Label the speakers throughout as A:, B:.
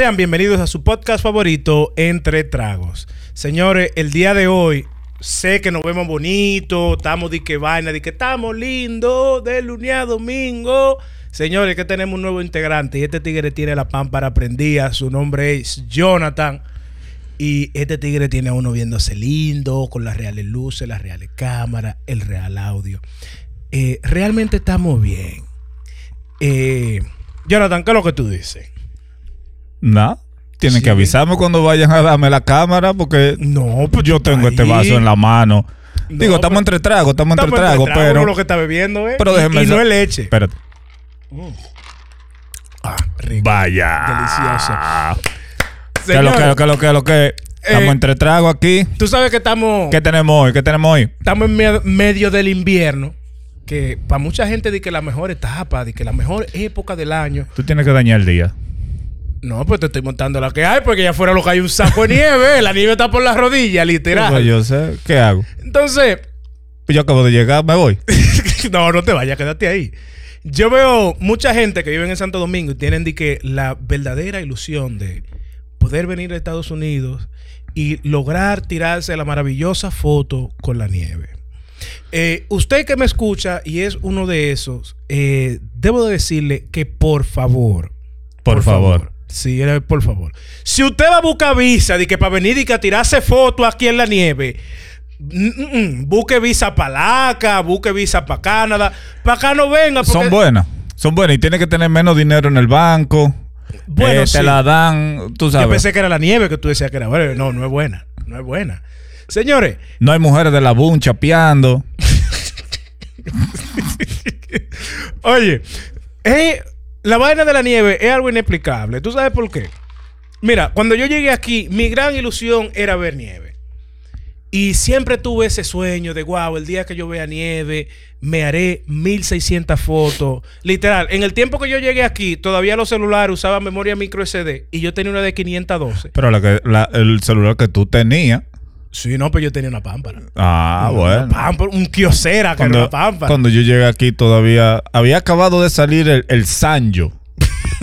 A: Sean bienvenidos a su podcast favorito, Entre Tragos. Señores, el día de hoy sé que nos vemos bonito, estamos de que vaina, de que estamos lindos, de lunes a domingo. Señores, que tenemos un nuevo integrante y este tigre tiene la pámpara prendida. Su nombre es Jonathan. Y este tigre tiene a uno viéndose lindo, con las reales luces, las reales cámaras, el real audio. Eh, realmente estamos bien. Eh, Jonathan, ¿qué es lo que tú dices?
B: Nada. Tienen
A: Sí.
B: que avisarme cuando vayan a darme la cámara porque
A: No, pues
B: yo
A: tú
B: tengo
A: estás
B: este
A: ahí.
B: vaso en la mano.
A: No,
B: Digo, estamos
A: pero-
B: entre tragos, estamos entre
A: Estamos
B: tragos,
A: trago,
B: pero...
A: lo que está bebiendo, ¿eh?
B: pero
A: Y-
B: déjeme
A: y, no
B: sa-
A: es leche.
B: Espérate.
A: Ah, rico.
B: Vaya. ¿Qué es
A: Señor,
B: lo que, qué es lo que, qué es lo
A: Eh,
B: que? Estamos entre tragos aquí.
A: Tú sabes que estamos,
B: ¿Qué tenemos hoy? ¿Qué tenemos hoy?
A: estamos en me- medio del invierno. Que para mucha gente di que la mejor etapa, di que la mejor época del año.
B: Tú tienes que dañar el día.
A: No, pues te estoy montando la que hay, porque ya fuera lo que hay un saco de nieve. la nieve está por las rodillas,
B: Pues
A: literal.
B: yo sé. ¿Qué hago?
A: Entonces,
B: Pues Yo acabo de llegar, me voy.
A: no, no te vayas, quédate ahí. Yo veo mucha gente que vive en Santo Domingo y tienen de que la verdadera ilusión de poder venir a Estados Unidos y lograr tirarse la maravillosa foto con la nieve. Eh, usted que me escucha y es uno de esos, eh, debo de decirle que por favor,
B: Por, favor.
A: Sí, era por favor. Si usted va a buscar visa de que para venir y que a tirarse fotos aquí en la nieve, mm, mm, mm, busque visa para Laca, busque visa para Canadá. Para acá no venga. Ah, Porque,
B: Son buenas. Son buenas. Y tienes que tener menos dinero en el banco.
A: Bueno,
B: Eh,
A: sí.
B: Te la dan, tú
A: Yo
B: sabes.
A: pensé que era la nieve que tú decías que era buena. No, no es buena. No es buena. Señores,
B: No hay mujeres de la boom chapeando.
A: Oye, eh, la vaina de la nieve es algo inexplicable. ¿Tú sabes por qué? Mira, cuando yo llegué aquí, mi gran ilusión era ver nieve. Y siempre tuve ese sueño de, wow, el día que yo vea nieve, me haré 1600 fotos. Literal, en el tiempo que yo llegué aquí, todavía los celulares usaban memoria micro SD y yo tenía una de 512.
B: Pero la que, la- el celular que tú tenías.
A: Sí, no, pero yo tenía una pámpara.
B: Ah,
A: Una
B: bueno.
A: pámpara, un kiosera con
B: Cuando,
A: una pámpara.
B: cuando yo llegué aquí todavía había acabado de salir el, el Sanjo.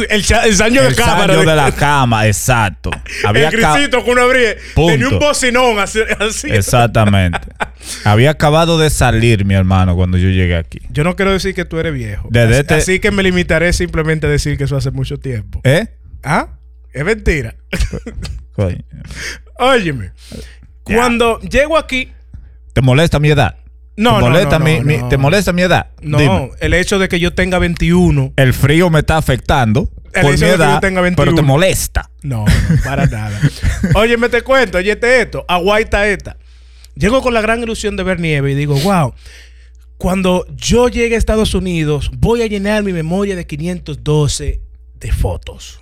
A: el, cha- el saño
B: El
A: de cámara.
B: Sanjo
A: de-
B: de la cama, exacto. Había
A: el
B: ca-
A: grisito que uno abría.
B: Punto.
A: Tenía un bocinón así. así.
B: Exactamente. había acabado de salir, mi hermano, cuando yo llegué aquí.
A: Yo no quiero decir que tú eres viejo.
B: Desde
A: así,
B: este-
A: así que me limitaré simplemente a decir que eso hace mucho tiempo.
B: ¿Eh?
A: ¿Ah? Es mentira.
B: Coño.
A: Óyeme.
B: Ya.
A: Cuando llego aquí.
B: ¿Te molesta mi edad?
A: No,
B: ¿Te
A: no,
B: molesta
A: no,
B: mi,
A: no,
B: mi-
A: no.
B: ¿Te molesta mi edad?
A: No,
B: Dime.
A: el hecho de que yo tenga 21.
B: El frío me está afectando
A: El
B: por
A: hecho
B: mi
A: de que yo
B: edad,
A: tenga
B: pero
A: 21.
B: te molesta.
A: No, no, para nada. Óyeme, te cuento, óyete esto, aguaita esta. Llego con la gran ilusión de ver nieve y digo, wow, cuando yo llegue a Estados Unidos, voy a llenar mi memoria de 512 de fotos.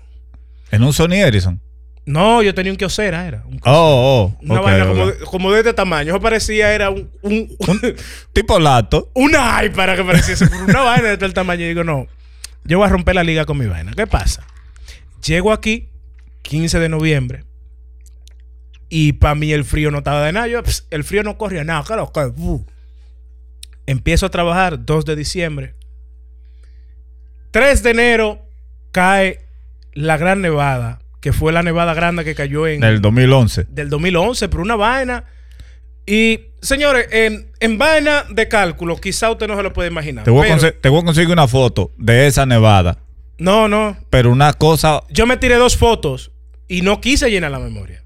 B: En un Sony Ericsson.
A: No, yo tenía un kiosera, era. Un,
B: Oh, oh.
A: una
B: ok,
A: vaina
B: ok.
A: como, de, como de este tamaño. Eso parecía, era un, un,
B: Un tipo lato.
A: una para que pareciese por una vaina de tal tamaño. Y digo, no, yo voy a romper la liga con mi vaina. ¿Qué pasa? Llego aquí, 15 de noviembre, y para mí el frío no estaba de nada. Yo, "Ps, el frío no corría nada, claro. que, bu". Empiezo a trabajar 2 de diciembre. 3 de enero cae la gran nevada, que fue la nevada grande que cayó en
B: Del 2011.
A: del 2011 por una vaina. Y, señores, en, en vaina de cálculo, quizá usted no se lo puede imaginar.
B: Te voy,
A: pero-
B: a conse- te voy a conseguir una foto de esa nevada.
A: no, no.
B: Pero una cosa.
A: Yo me tiré dos fotos y no quise llenar la memoria.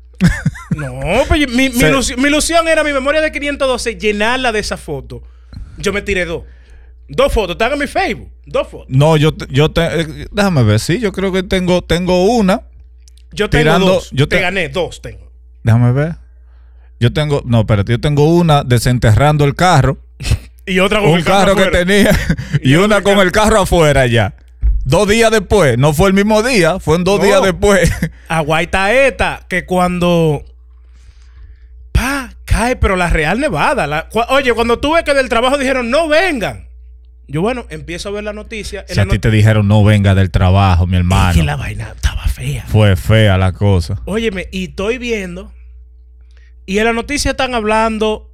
A: no, pues yo- mi, mi
B: Se-
A: ilusi- mi ilusión era mi memoria de 512, llenarla de esa foto. Yo me tiré dos. Dos fotos, están en mi Facebook. Dos fotos.
B: No, yo, te- yo te, eh, déjame ver. Sí, yo creo que tengo, tengo una.
A: Yo tengo
B: Tirando-
A: dos.
B: yo
A: te...
B: te-
A: gané dos, tengo.
B: Déjame ver. Yo tengo, no, espérate, yo tengo una desenterrando el carro.
A: Y otra con
B: Un
A: el carro
B: carro que
A: afuera.
B: tenía y una con el carro afuera ya. Dos días después, no fue el mismo día, fue en dos
A: No.
B: días después.
A: Aguaita esta, que cuando. Pa, cae, pero la Real Nevada. la- cua- oye, cuando tuve que del trabajo dijeron, no vengan. Yo, bueno, empiezo a ver la noticia. en
B: Si
A: la
B: a ti
A: not-
B: te dijeron no venga del trabajo, mi
A: Es que
B: hermano.
A: la vaina estaba fea.
B: Fue fea la cosa.
A: Óyeme, y estoy viendo. Y en la noticia están hablando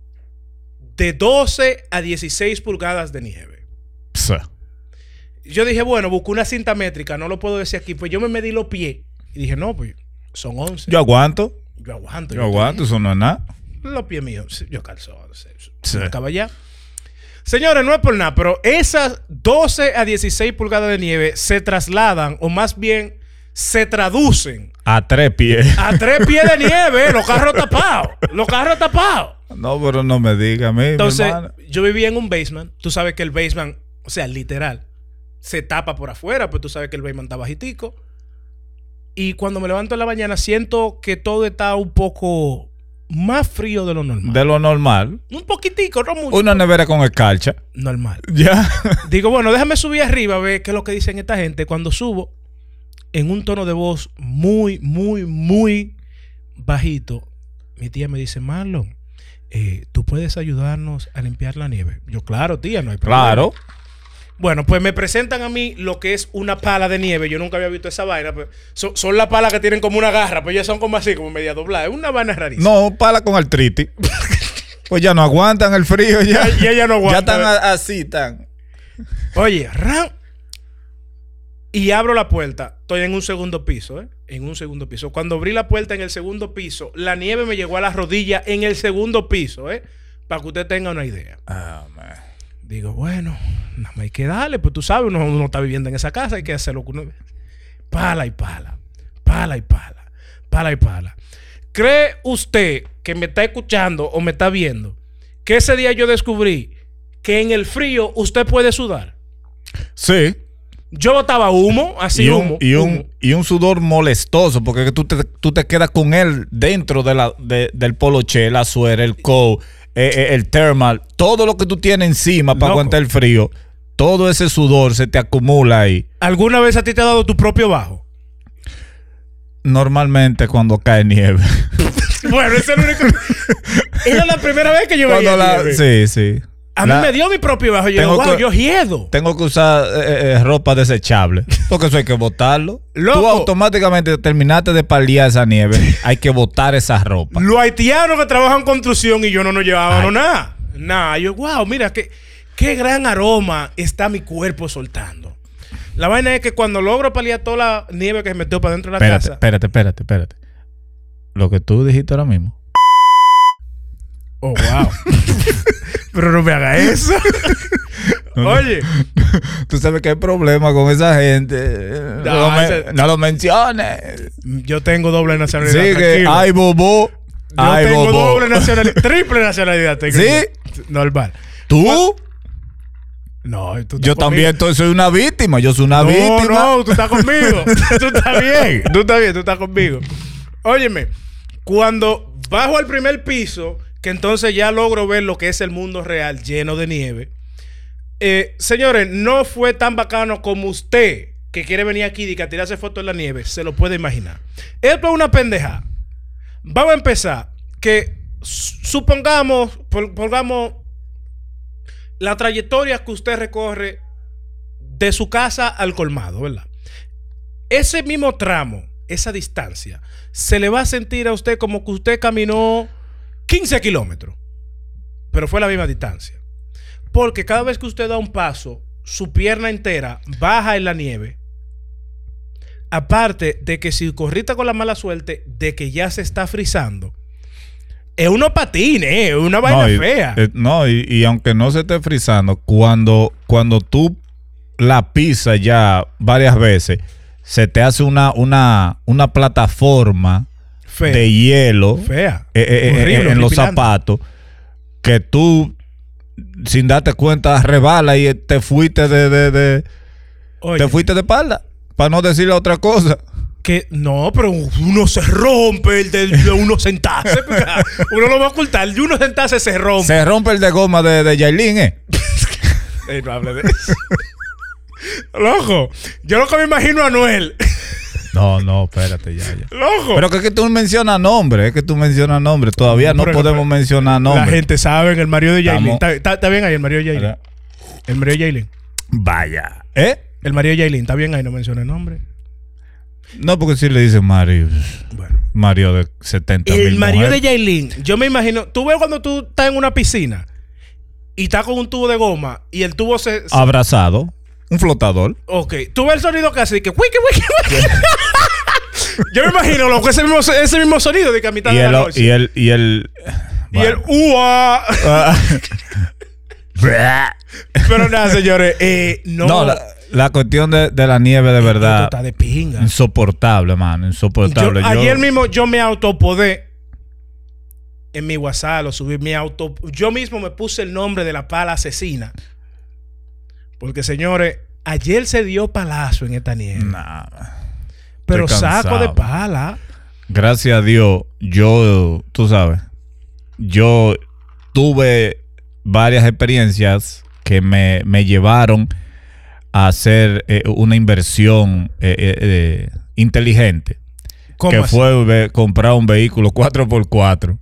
A: de 12 a 16 pulgadas de nieve.
B: Psa.
A: Yo dije, bueno, busco una cinta métrica, no lo puedo decir aquí. Pues yo me medí los pies Y dije, no, pues son 11.
B: Yo aguanto.
A: Yo aguanto.
B: Yo aguanto, eso no es nada.
A: Los pies míos, yo calzo 11.
B: Sí.
A: Acaba ya. Señores, no es por nada, pero esas 12 a 16 pulgadas de nieve se trasladan, o más bien, se traducen
B: A tres pies.
A: a tres pies de nieve, los carros tapados. Los carros tapados.
B: No, pero no me diga a mí. mi
A: Entonces,
B: hermano.
A: yo vivía en un basement. Tú sabes que el basement, o sea, literal, se tapa por afuera, pues tú sabes que el basement está bajitico. Y cuando me levanto en la mañana, siento que todo está un poco más frío de lo normal.
B: de lo normal.
A: Un poquitico, no mucho.
B: Una nevera con escarcha.
A: Normal.
B: Ya.
A: Digo, bueno, déjame subir arriba a ver qué es lo que dicen esta gente. Cuando subo, en un tono de voz muy, muy, muy bajito, mi tía me dice, Marlon, eh, ¿tú puedes ayudarnos a limpiar la nieve? Yo, claro, tía, no hay problema.
B: Claro.
A: Bueno, pues me presentan a mí lo que es una pala de nieve. Yo nunca había visto esa vaina. pero son, son las palas que tienen como una garra, pues ya son como así, como media doblada. Es una vaina rarísima.
B: No, pala con artritis. pues ya no aguantan el frío ya.
A: Y ella no
B: ya
A: aguanta.
B: están a- así, tan.
A: Oye, ram. Y abro la puerta. Estoy en un segundo piso, ¿eh? En un segundo piso. Cuando abrí la puerta en el segundo piso, la nieve me llegó a las rodillas en el segundo piso, ¿eh? Para que usted tenga una idea.
B: Ah, man.
A: Digo, bueno, nada más hay que darle, pues tú sabes, uno, uno está viviendo en esa casa, hay que hacer lo que uno. Pala y pala, pala y pala, pala y pala. ¿Cree usted que me está escuchando o me está viendo que ese día yo descubrí que en el frío usted puede sudar?
B: Sí.
A: Yo botaba humo, así
B: y,
A: humo,
B: un, y, un,
A: humo.
B: y un sudor molestoso, porque es que tú te, tú te quedas con él dentro de la, de- del poloche, la suera, el coat, eh, eh, el thermal, todo lo que tú tienes encima para
A: Loco.
B: aguantar el frío, todo ese sudor se te acumula ahí.
A: ¿Alguna vez a ti te ha dado tu propio bajo?
B: Normalmente cuando cae nieve.
A: bueno, ese es el único. Era la primera vez que yo veía
B: Cuando la-
A: nieve.
B: sí, sí.
A: A mí
B: La-
A: me dio mi propio bajo. Yo digo,
B: Tengo
A: wow,
B: que-
A: yo hiedo.
B: Tengo que usar eh, eh, ropa desechable. Porque eso hay que botarlo. Tú
A: Loco.
B: automáticamente terminaste de paliar esa nieve. Hay que botar esa ropa.
A: Los haitianos que trabajan construcción y yo no nos llevábamos nada. Nada. Yo, wow, mira, qué, qué gran aroma está mi cuerpo soltando. La vaina es que cuando logro paliar toda la nieve que se metió para dentro de la
B: Espérate,
A: casa.
B: espérate, espérate, espérate. Lo que tú dijiste ahora mismo.
A: Oh, wow. Pero no me haga eso. Oye,
B: Tú sabes que hay problemas con esa gente. No,
A: Ah,
B: lo, men-
A: ese-
B: no lo menciones.
A: yo tengo doble
B: Sí,
A: nacionalidad.
B: que
A: tranquilo.
B: ay, bobo.
A: Yo
B: ay,
A: tengo
B: bobo.
A: doble nacionalidad, triple nacionalidad. tengo
B: ¿Sí?
A: yo. Normal.
B: ¿Tú?
A: pues No, tú estás conmigo.
B: Yo también estoy- soy una víctima. Yo soy una
A: No,
B: víctima.
A: no, tú estás conmigo. tú estás bien. Tú estás bien, tú estás conmigo. Óyeme, cuando bajo al primer piso, que entonces ya logro ver lo que es el mundo real lleno de nieve. eh, señores, no fue tan bacano como usted que quiere venir aquí y que a tirarse fotos en la nieve, se lo puede imaginar. Esto es una pendeja. Vamos a empezar que su- supongamos, pol- pongamos la trayectoria que usted recorre de su casa al colmado, ¿verdad? Ese mismo tramo, esa distancia, se le va a sentir a usted como que usted caminó 15 kilómetros, pero fue la misma distancia. Porque cada vez que usted da un paso, su pierna entera baja en la nieve. Aparte de que si corrita con la mala suerte de que ya se está frizando, es unos patines, es una vaina
B: y,
A: fea.
B: eh, no, y, y aunque no se esté frizando, cuando, cuando tú la pisas ya varias veces, se te hace una, una, una plataforma
A: fea.
B: de hielo
A: fea.
B: eh, eh, eh,
A: Horrible,
B: en los
A: horripilante.
B: zapatos que tú, sin darte cuenta, rebala y eh, te fuiste de, de, de-
A: Oye.
B: te fuiste de espalda. Para no decirle otra cosa.
A: Que no, pero uno se rompe el de, de uno sentarse. o sea, uno lo va a ocultar. El de uno sentarse se rompe.
B: Se rompe el de goma de, de Yailin, ¿eh?
A: Eh, no hable de eso. Loco, yo lo que me imagino a Noel.
B: No, no, espérate, ya, ya.
A: Loco.
B: Pero que es que tú mencionas nombres, es que tú mencionas nombres. Todavía no
A: Pero-
B: podemos mencionar nombres.
A: La gente sabe, el Mario de Yailin.
B: Estamos-
A: Está, está- está bien ahí, el Mario de Yailin.
B: ¿Verdad?
A: El Mario de Yailin.
B: Vaya. ¿Eh?
A: El Mario de Yailin. Está bien ahí, no menciona el nombre.
B: No, porque si le dicen Mario.
A: Bueno.
B: Mario de 70 mil.
A: El marido de
B: mujeres.
A: Yailin, yo me imagino. Tú ves cuando tú estás en una piscina y estás con un tubo de goma y el tubo se. se-
B: Abrazado. Un flotador.
A: Ok, tú ves el sonido que hace y que wiki, wiki, wiki. Yo me imagino, loco, ese mismo, ese mismo sonido de que a mitad
B: Y
A: de la
B: el, o-
A: noche.
B: y el, y el, Ah.
A: Y el ua. Pero nada, señores, eh, no.
B: no, la, la cuestión de, de la nieve de
A: Esto
B: verdad,
A: está de pinga.
B: insoportable, mano,
A: Yo-
B: insoportable. Yo-
A: ayer mismo yo me autopodé en mi WhatsApp, lo subí mi auto. Yo mismo me puse el nombre de la pala asesina. Porque, señores, ayer se dio palazo en esta nieve.
B: Nah.
A: pero
B: estoy
A: saco de
B: cansado.
A: pala.
B: gracias a Dios, yo, tú sabes, yo tuve varias experiencias que me, me llevaron a hacer eh, una inversión eh, eh, eh, inteligente,
A: ¿Cómo
B: que
A: así?
B: fue ve- comprar un vehículo 4x4.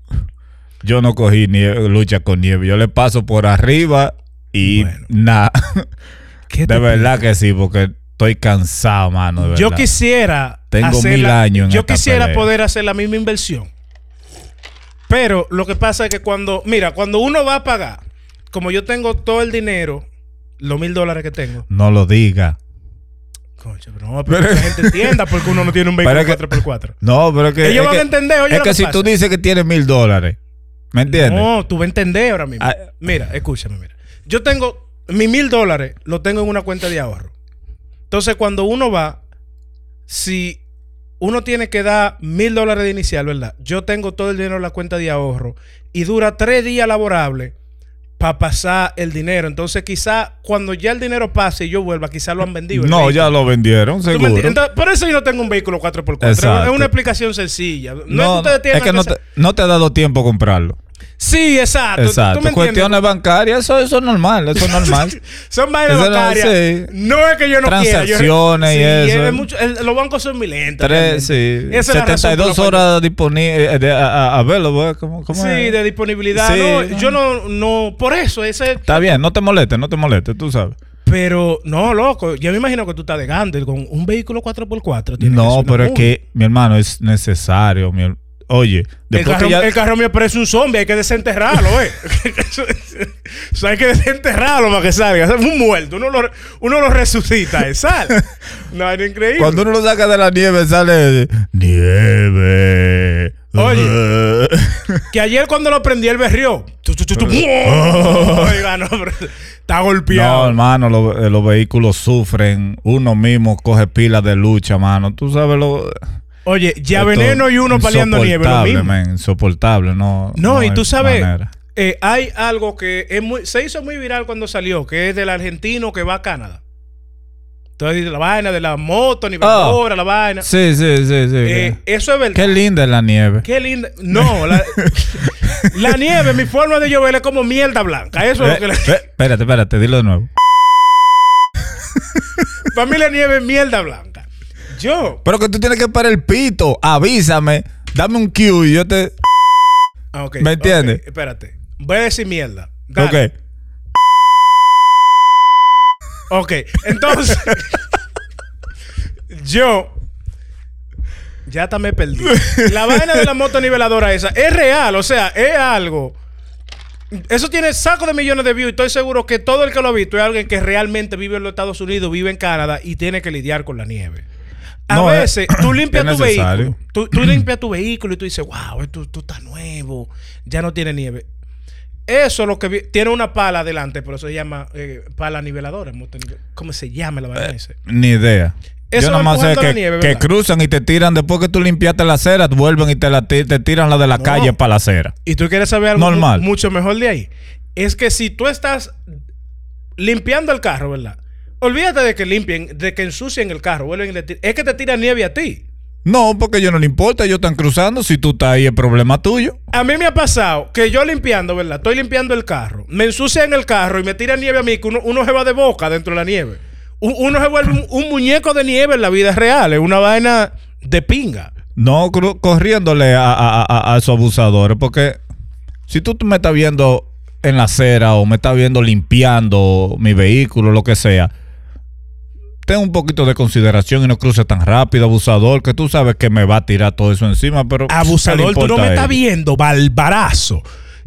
B: Yo no cogí nieve- lucha con nieve, yo le paso por arriba y
A: Bueno.
B: nada,
A: ¿Qué te
B: de verdad que sí, porque estoy cansado, mano. de
A: Yo
B: verdad.
A: quisiera.
B: Tengo
A: hacer
B: mil
A: la-
B: años en
A: Yo
B: esta
A: quisiera
B: pelea.
A: poder hacer la misma inversión. Pero lo que pasa es que cuando. Mira, cuando uno va a pagar, como yo tengo todo el dinero, los mil dólares que tengo.
B: No lo diga.
A: Concho, pero no, pero que la gente entienda porque uno no tiene un
B: Pero
A: vehículo
B: es que-
A: 4x4.
B: No, pero es que.
A: Ellos
B: es
A: van a
B: que-
A: entender, oye,
B: Es
A: lo
B: que si
A: pasa.
B: tú dices que tienes mil dólares, ¿me entiendes?
A: No, tú vas a entender ahora mismo.
B: Ah.
A: Mira, escúchame, mira. Yo tengo mis mil dólares, lo tengo en una cuenta de ahorro. Entonces, cuando uno va, si uno tiene que dar mil dólares de inicial, ¿verdad? Yo tengo todo el dinero en la cuenta de ahorro y dura tres días laborables para pasar el dinero. Entonces, quizá cuando ya el dinero pase y yo vuelva, quizá lo han vendido. el
B: no,
A: vehículo.
B: ya lo vendieron,
A: ¿Tú me
B: seguro.
A: entiendes? Entonces, por eso yo no tengo un vehículo 4x4.
B: Exacto.
A: Es una explicación sencilla. No, es que
B: no, no,
A: ustedes
B: es que,
A: tienen
B: no, te, no te ha dado tiempo comprarlo.
A: Sí, exacto. ¿Tú me
B: Exacto.
A: entiendes?
B: Cuestiones bancarias, eso, eso es normal, eso es normal.
A: Son vainas
B: Eso no
A: bancarias.
B: sé.
A: No es que yo no quiera. yo-
B: Transacciones y
A: Sí,
B: eso.
A: es mucho- el- los bancos son muy lentos.
B: Tres, sí.
A: realmente. Esa es la razón
B: 72
A: por la cual-
B: horas disponibles. A, a, a verlo, güey, ¿cómo, cómo
A: Sí,
B: es?
A: de disponibilidad.
B: Sí.
A: No, yo no, no, por eso, ese.
B: Está bien, no te molestes, no te molestes, tú sabes.
A: Pero, no, loco, yo me imagino que tú estás de Gander con un vehículo 4x4. tiene ser
B: No,
A: una
B: pero es
A: mula.
B: que, mi hermano, es necesario. mi her- Oye,
A: El
B: después
A: carro,
B: que ya.
A: el carro mío parece un zombie, hay que desenterrarlo, ¿eh? Eso es- eso hay que desenterrarlo para que salga. Es un muerto, uno lo, uno lo resucita, es sal. No, es increíble.
B: Cuando uno lo saca de la nieve, sale. Nieve.
A: Oye. Que ayer cuando lo prendí, él berrió. Tu, tu, tu, tu. Oiga, no, pero está
B: No,
A: golpeado.
B: hermano, lo- eh, los vehículos sufren. Uno mismo coge pilas de lucha, mano. Tú sabes lo.
A: Oye, ya
B: esto
A: veneno y uno paliando nieve, lo
B: insoportable,
A: mismo.
B: man, insoportable, no.
A: No, y
B: hay
A: tú sabes,
B: manera.
A: eh, hay algo que es muy- se hizo muy viral cuando salió, que es del argentino que va a Canadá. Entonces, la vaina de la moto, ni la vaina.
B: Ah. Sí, sí, sí, sí.
A: Eh, eso es verdad.
B: Qué linda es la nieve.
A: Qué linda. No, la, la nieve, mi forma de llover es como mierda blanca. Eso es
B: Eh,
A: lo que la,
B: eh, espérate, espérate, dilo de nuevo. Eh.
A: para mí la nieve es mierda blanca. Yo.
B: Pero que tú tienes que parar el pito. Avísame. Dame un cue y yo te.
A: Ah, ok,
B: ¿Me entiendes?
A: ok, espérate. Voy a decir mierda. Dale.
B: Ok.
A: Ok. Entonces. yo. Ya hasta me perdí. La vaina de la moto niveladora esa es real, o sea, es algo. Eso tiene saco de millones de views y estoy seguro que todo el que lo ha visto es alguien que realmente vive en los Estados Unidos, vive en Canadá y tiene que lidiar con la nieve. A
B: No, es-
A: veces tú limpias
B: es
A: tu
B: necesario.
A: vehículo, tú, tú limpias tu vehículo y tú dices, wow, esto, esto está nuevo, ya no tiene nieve. Eso es lo que vi- tiene una pala adelante, por eso se llama eh, pala niveladora. moto nive- ¿Cómo se llama la
B: Eh,
A: vaina esa?
B: Ni idea.
A: Eso
B: Yo nada
A: va
B: más sé
A: empujando
B: que,
A: la nieve,
B: que
A: ¿verdad?
B: cruzan y te tiran después que tú limpiaste la acera, vuelven y te, la ti- te tiran la de la
A: No.
B: calle para la acera.
A: Y tú quieres saber algo mu-
B: Normal.
A: mucho mejor de ahí. Es que si tú estás limpiando el carro, ¿verdad? Olvídate de que limpien, de que ensucien el carro. vuelven y le tiran. Es que te tiran nieve a ti.
B: No, porque a ellos no le importa, ellos están cruzando, si tú estás ahí es problema tuyo.
A: A mí me ha pasado que yo limpiando, ¿verdad? Estoy limpiando el carro. Me ensucian el carro y me tiran nieve a mí, que uno, uno se va de boca dentro de la nieve. U- Uno se vuelve un, un muñeco de nieve en la vida real. Es una vaina de pinga.
B: No cru- corriéndole a, a- a- a esos abusadores, porque si tú me estás viendo en la acera o me estás viendo limpiando mi vehículo, lo que sea, ten un poquito de consideración y no cruces tan rápido, abusador, que tú sabes que me va a tirar todo eso encima, pero... Pues, ¿qué le
A: Abusador, tú no
B: importa
A: me
B: a
A: estás
B: ellos?
A: viendo, balbarazo.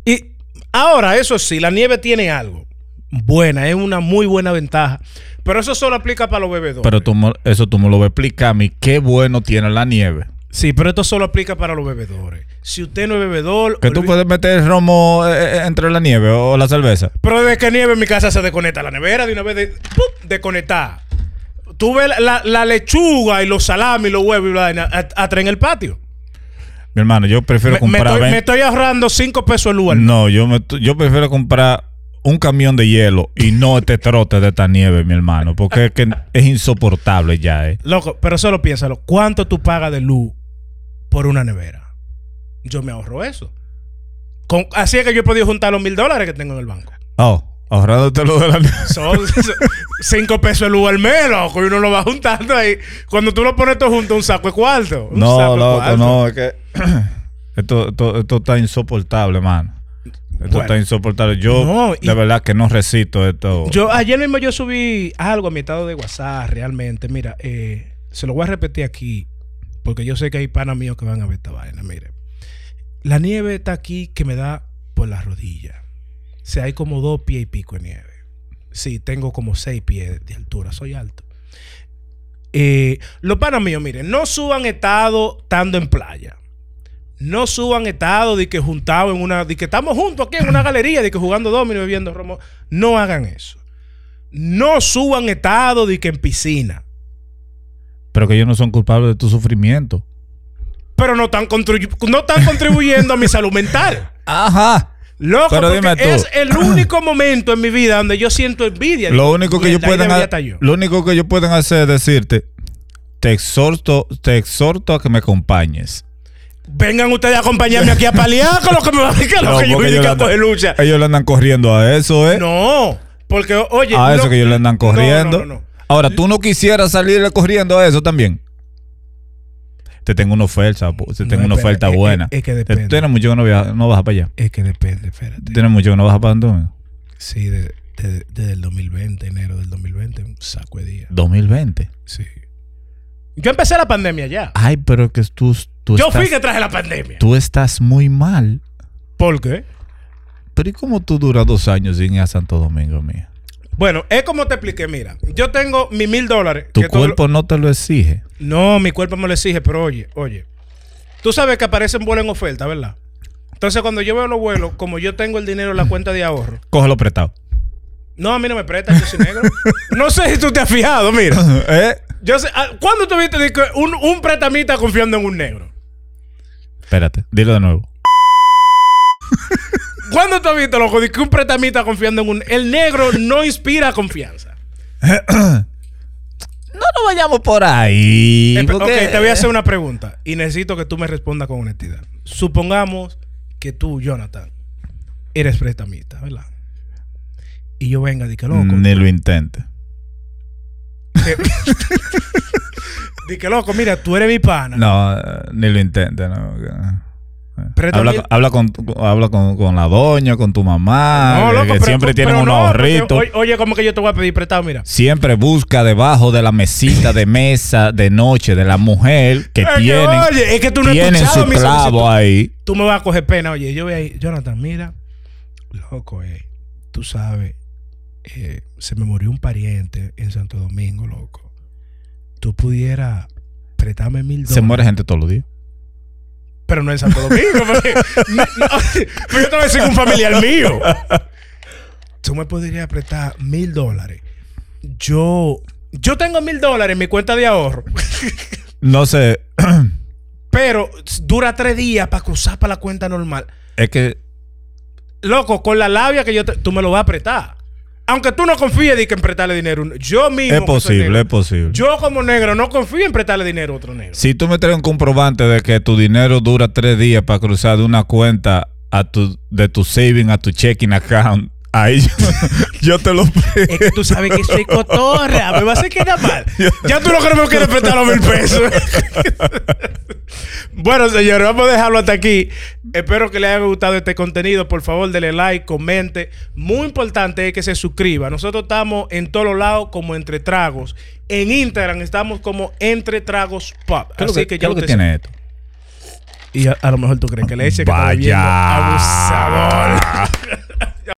A: Y ahora, eso sí, la nieve tiene algo. Buena, es una muy buena ventaja. Pero eso solo aplica para los bebedores.
B: Pero tú, mo- eso tú me lo vas a explicar a mí. Qué bueno tiene la nieve.
A: Sí, pero esto solo aplica para los bebedores. Si usted no es bebedor.
B: Que tú
A: olvi-
B: puedes meter el romo eh, eh, entre la nieve o la cerveza.
A: Pero desde que nieve en mi casa se desconecta la nevera de una vez de, ¡pum! desconectada. Tú ves la, la- la lechuga y los salamis, los huevos y la vaina a- atrás en el patio.
B: Mi hermano, yo prefiero
A: Me, me
B: comprar.
A: estoy,
B: ven-
A: me estoy ahorrando 5 pesos el lugar.
B: No, yo, me, yo prefiero comprar un camión de hielo y no este trote de esta nieve, mi hermano, porque es, que es insoportable ya, ¿eh?
A: Loco, pero solo piénsalo. ¿Cuánto tú pagas de luz por una nevera? Yo me ahorro eso. Con- así es que yo he podido juntar los mil dólares que tengo en el banco.
B: Oh, ahorrándote lo de la nieve.
A: Son cinco pesos el luz al mes, loco. Y uno lo va juntando ahí. Cuando tú lo pones todo junto, un saco de cuarto. Un saco
B: No,
A: de
B: loco,
A: cuarto.
B: no, es que esto, esto, esto está insoportable, mano. Esto
A: Bueno.
B: está insoportable. Yo,
A: No, y-
B: de verdad, que no resisto esto.
A: Yo ayer mismo yo subí algo a mi estado de WhatsApp, realmente. Mira, eh, se lo voy a repetir aquí, porque yo sé que hay panas míos que van a ver esta vaina. Mire, la nieve está aquí que me da por las rodillas. O sea, hay como dos pies y pico de nieve. Sí, tengo como seis pies de altura, soy alto. Eh, los panas míos, miren, no suban estado estando en playa. No suban estado de que juntados en una, de que estamos juntos aquí en una galería, de que jugando domino, bebiendo romo. No hagan eso. No suban estado de que en piscina.
B: Pero que ellos no son culpables de tu sufrimiento.
A: Pero no están, contribu- no están contribuyendo a mi salud mental.
B: Ajá.
A: Loco,
B: Pero
A: porque
B: dime tú.
A: es el único momento en mi vida donde yo siento envidia.
B: Lo único que ellos
A: Mierda, ahí
B: pueden,
A: debería
B: ha-
A: estar yo.
B: lo único que ellos pueden hacer es decirte, te exhorto, te exhorto a que me acompañes.
A: Vengan ustedes a acompañarme aquí a palear con lo que me va a que lo
B: No,
A: que yo vine
B: porque ellos
A: que a
B: andan-
A: coger lucha.
B: Ellos le andan corriendo a eso, ¿eh?
A: No, porque oye.
B: a
A: no-
B: eso que ellos le andan
A: no, no,
B: corriendo.
A: no, no.
B: Ahora, tú no quisieras salirle corriendo a eso también. Te tengo una oferta, po- te
A: No,
B: tengo una
A: espera,
B: oferta
A: es que-
B: buena.
A: es que
B: Te-
A: depende.
B: Tienes mucho que no, viaja- no vas para allá.
A: Es que depende, espérate.
B: Tienes mucho que no vas para Santo Domingo.
A: Sí, de- de- desde el 2020, enero del 2020, un saco de día.
B: 2020.
A: Sí. Yo empecé la pandemia ya.
B: Ay, pero que tú, tú
A: Yo
B: estás,
A: fui que traje la pandemia.
B: tú estás muy mal.
A: ¿Por qué?
B: Pero ¿y cómo tú duras dos años sin ir a Santo Domingo, mía?
A: Bueno, es como te expliqué, mira. Yo tengo mis mil dólares.
B: Tu
A: que todo
B: cuerpo no te lo exige.
A: lo- No, mi cuerpo me lo exige, pero oye, oye. Tú sabes que aparecen vuelos en oferta, ¿verdad? Entonces, cuando yo veo los vuelos, como yo tengo el dinero en la cuenta de ahorro,
B: Cógelo prestado.
A: no, a mí no me prestan, yo soy negro. No sé si tú te has fijado, mira.
B: ¿Eh?
A: Yo sé, ah, ¿Cuándo tuviste de que un, un pretamita confiando en un negro?
B: Espérate, dilo de nuevo.
A: ¿Cuándo tú has visto, loco, de que un pretamita confiando en un... El negro no inspira confianza.
B: No nos vayamos por ahí.
A: Espe-
B: porque-
A: Ok, te voy a hacer una pregunta y necesito que tú me respondas con honestidad. Supongamos que tú, Jonathan, eres prestamista, ¿verdad? Y yo venga, di que loco.
B: Ni lo intente.
A: te- di que loco, mira, tú eres mi pana.
B: No, eh, ni lo intente. No. Eh,
A: Pero
B: habla,
A: también-
B: habla con, tu- habla con, con la doña, con tu mamá,
A: No,
B: eh,
A: loco,
B: que
A: pero
B: siempre
A: tú-
B: tienen
A: pero
B: unos
A: no, porque,
B: ahorritos.
A: oye, Oye, como que yo te voy a pedir prestado, mira.
B: Siempre busca debajo de la mesita de mesa de noche de la mujer que
A: Es que,
B: tienen,
A: oye, es que tú no has
B: tienen
A: escuchado
B: su
A: mi solicitud.
B: clavo ahí.
A: tú me vas a coger pena. Oye, yo voy ahí, Jonathan, mira, loco, eh, tú sabes, eh, se me murió un pariente en Santo Domingo, loco. Tú pudieras prestarme mil dólares.
B: Se muere gente todos los días.
A: Pero no en Santo Domingo. porque- no, no, pero yo te voy a decir que un familiar mío. Tú me podrías prestar mil dólares. Yo, yo tengo mil dólares en mi cuenta de ahorro.
B: No sé,
A: Pero dura tres días para cruzar para la cuenta normal.
B: es que
A: Loco, con la labia que yo te- tú me lo vas a apretar. Aunque tú no confíes de que en prestarle dinero. Yo mismo.
B: es
A: que soy
B: posible,
A: negro,
B: es posible.
A: Yo como negro no confío en prestarle dinero a otro negro.
B: Si tú me traes un comprobante de que tu dinero dura tres días para cruzar de una cuenta a tu, de tu saving a tu checking account, ahí yo, yo te lo
A: Es que tú sabes que soy cotorra. Me vas a quedar mal. Ya tú lo que no me quieres prestar los mil pesos. bueno, señores, vamos a dejarlo hasta aquí. Espero que les haya gustado este contenido. Por favor, denle like, comente. Muy importante es que se suscriba. Nosotros estamos en todos los lados como Entre Tragos. En Instagram estamos como Entre Tragos Pop.
B: ¿Qué es lo
A: Así
B: que,
A: que,
B: qué
A: ya
B: es lo que
A: usted sabe.
B: tiene esto?
A: Y a, a lo mejor tú crees que le eche que está bebiendo.
B: Vaya.
A: abusador.